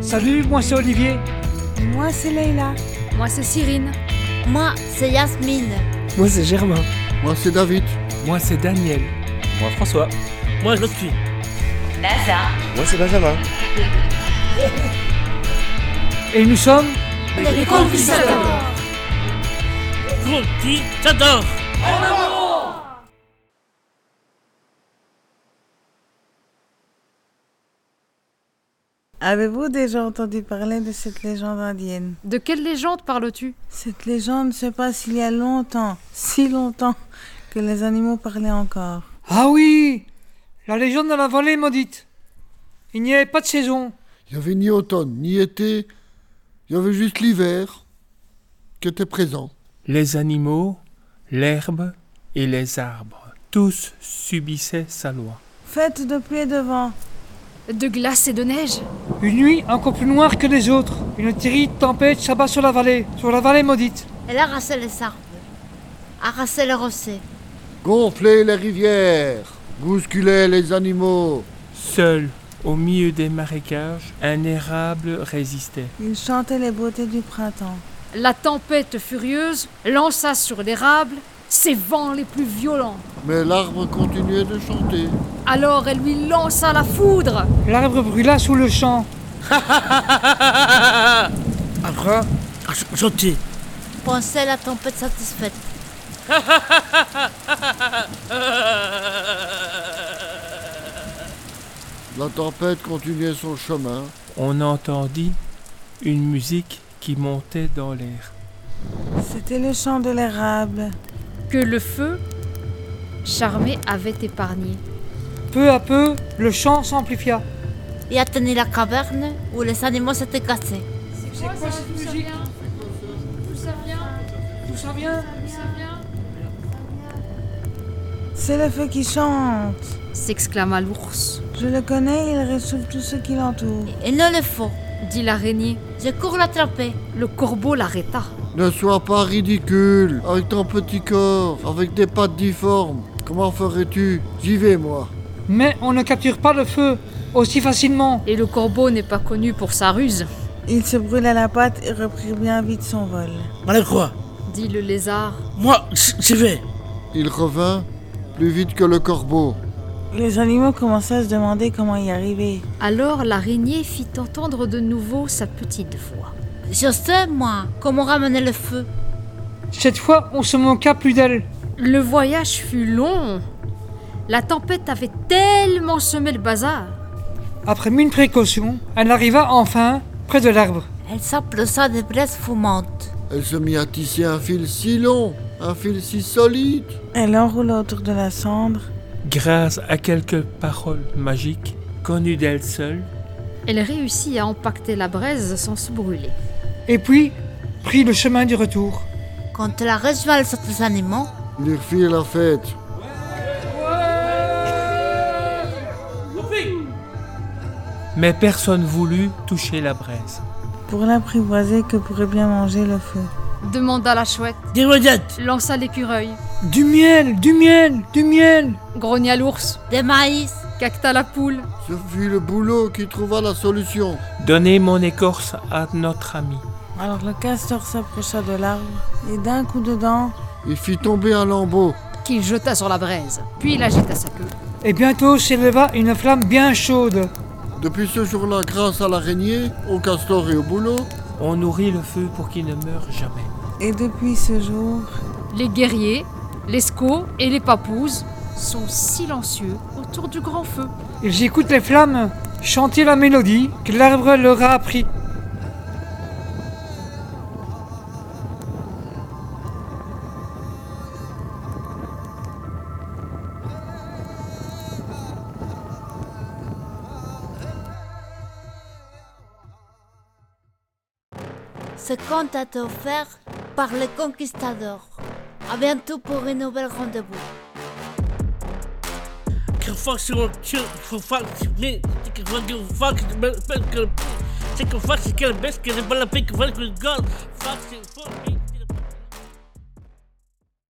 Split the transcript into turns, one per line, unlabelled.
Salut, moi c'est Olivier.
Moi, c'est Leïla.
Moi, c'est Cyrine.
Moi, c'est Yasmine.
Moi, c'est Germain.
Moi, c'est David.
Moi, c'est Daniel.
Moi, François.
Moi, je suis.
NASA.
Moi, c'est Benjamin.
Et nous sommes.
Les, les conquistadors.
Conquistadors.
En avant
Avez-vous déjà entendu parler de cette légende indienne
De quelle légende parles-tu
Cette légende se passe il y a longtemps, si longtemps, que les animaux parlaient encore.
Ah oui La légende de la vallée maudite. Il n'y avait pas de saison.
Il n'y avait ni automne, ni été. Il y avait juste l'hiver qui était présent.
Les animaux, l'herbe et les arbres, tous subissaient sa loi.
Faites de pluie et de vent,
de glace et de neige.
Une nuit encore plus noire que les autres. Une terrible tempête s'abat sur la vallée, sur la vallée maudite.
Elle harassait les arbres, harassait les rossets.
Gonflait les rivières, bousculait les animaux.
Seul, au milieu des marécages, un érable résistait.
Il chantait les beautés du printemps.
La tempête furieuse lança sur l'érable ses vents les plus violents.
Mais l'arbre continuait de chanter.
Alors elle lui lança la foudre.
L'arbre brûla sous le champ.
Après, chanter.
Pensait la tempête satisfaite.
la tempête continuait son chemin.
On entendit une musique qui montait dans l'air.
C'était le chant de l'érable
que le feu charmé avait épargné.
Peu à peu, le chant s'amplifia.
Et atteignit la caverne où les animaux s'étaient cassés.
C'est quoi, quoi cette musique D'où ça vient
D'où ça vient
C'est le feu qui chante
s'exclama l'ours.
Je le connais, il réchauffe tout ce qui l'entoure.
Et ne le faut
dit l'araignée.
Je cours l'attraper.
Le corbeau l'arrêta.
Ne sois pas ridicule avec ton petit corps, avec des pattes difformes. Comment ferais-tu J'y vais, moi.
Mais on ne capture pas le feu aussi facilement.
Et le corbeau n'est pas connu pour sa ruse.
Il se brûla la patte et reprit bien vite son vol.
Malgré
dit le lézard.
Moi, j'y vais.
Il revint plus vite que le corbeau.
Les animaux commençaient à se demander comment y arriver.
Alors l'araignée fit entendre de nouveau sa petite voix.
Je sais, moi, comment ramener le feu.
Cette fois, on se manqua plus d'elle.
Le voyage fut long. La tempête avait tellement semé le bazar.
Après mille précautions, elle arriva enfin près de l'arbre.
Elle s'applaça des braises fumantes.
Elle se mit à tisser un fil si long, un fil si solide.
Elle enroula autour de la cendre
grâce à quelques paroles magiques connues d'elle seule,
elle réussit à empacter la braise sans se brûler.
Et puis, prit le chemin du retour.
Quand la résulte sur les animaux,
ils firent la fête.
Ouais ouais Mais personne voulut toucher la braise.
Pour l'apprivoiser, que pourrait bien manger le feu
demanda la chouette.
Des rillettes
lança l'écureuil.
Du miel, du miel, du miel
grogna l'ours.
Des maïs
cacta la poule.
Ce fut le boulot qui trouva la solution.
Donnez mon écorce à notre ami.
Alors le castor s'approcha de l'arbre et d'un coup de dent,
il fit tomber un lambeau
qu'il jeta sur la braise, puis il agita sa queue.
Et bientôt s'éleva une flamme bien chaude.
Depuis ce jour-là, grâce à l'araignée, au castor et au boulot,
on nourrit le feu pour qu'il ne meure jamais.
Et depuis ce jour,
les guerriers, les scots et les papouses sont silencieux autour du grand feu.
Ils écoutent les flammes chanter la mélodie que l'arbre leur a appris.
Ce conte a été offert par les conquistadors. À bientôt pour une nouvelle rendez-vous.
que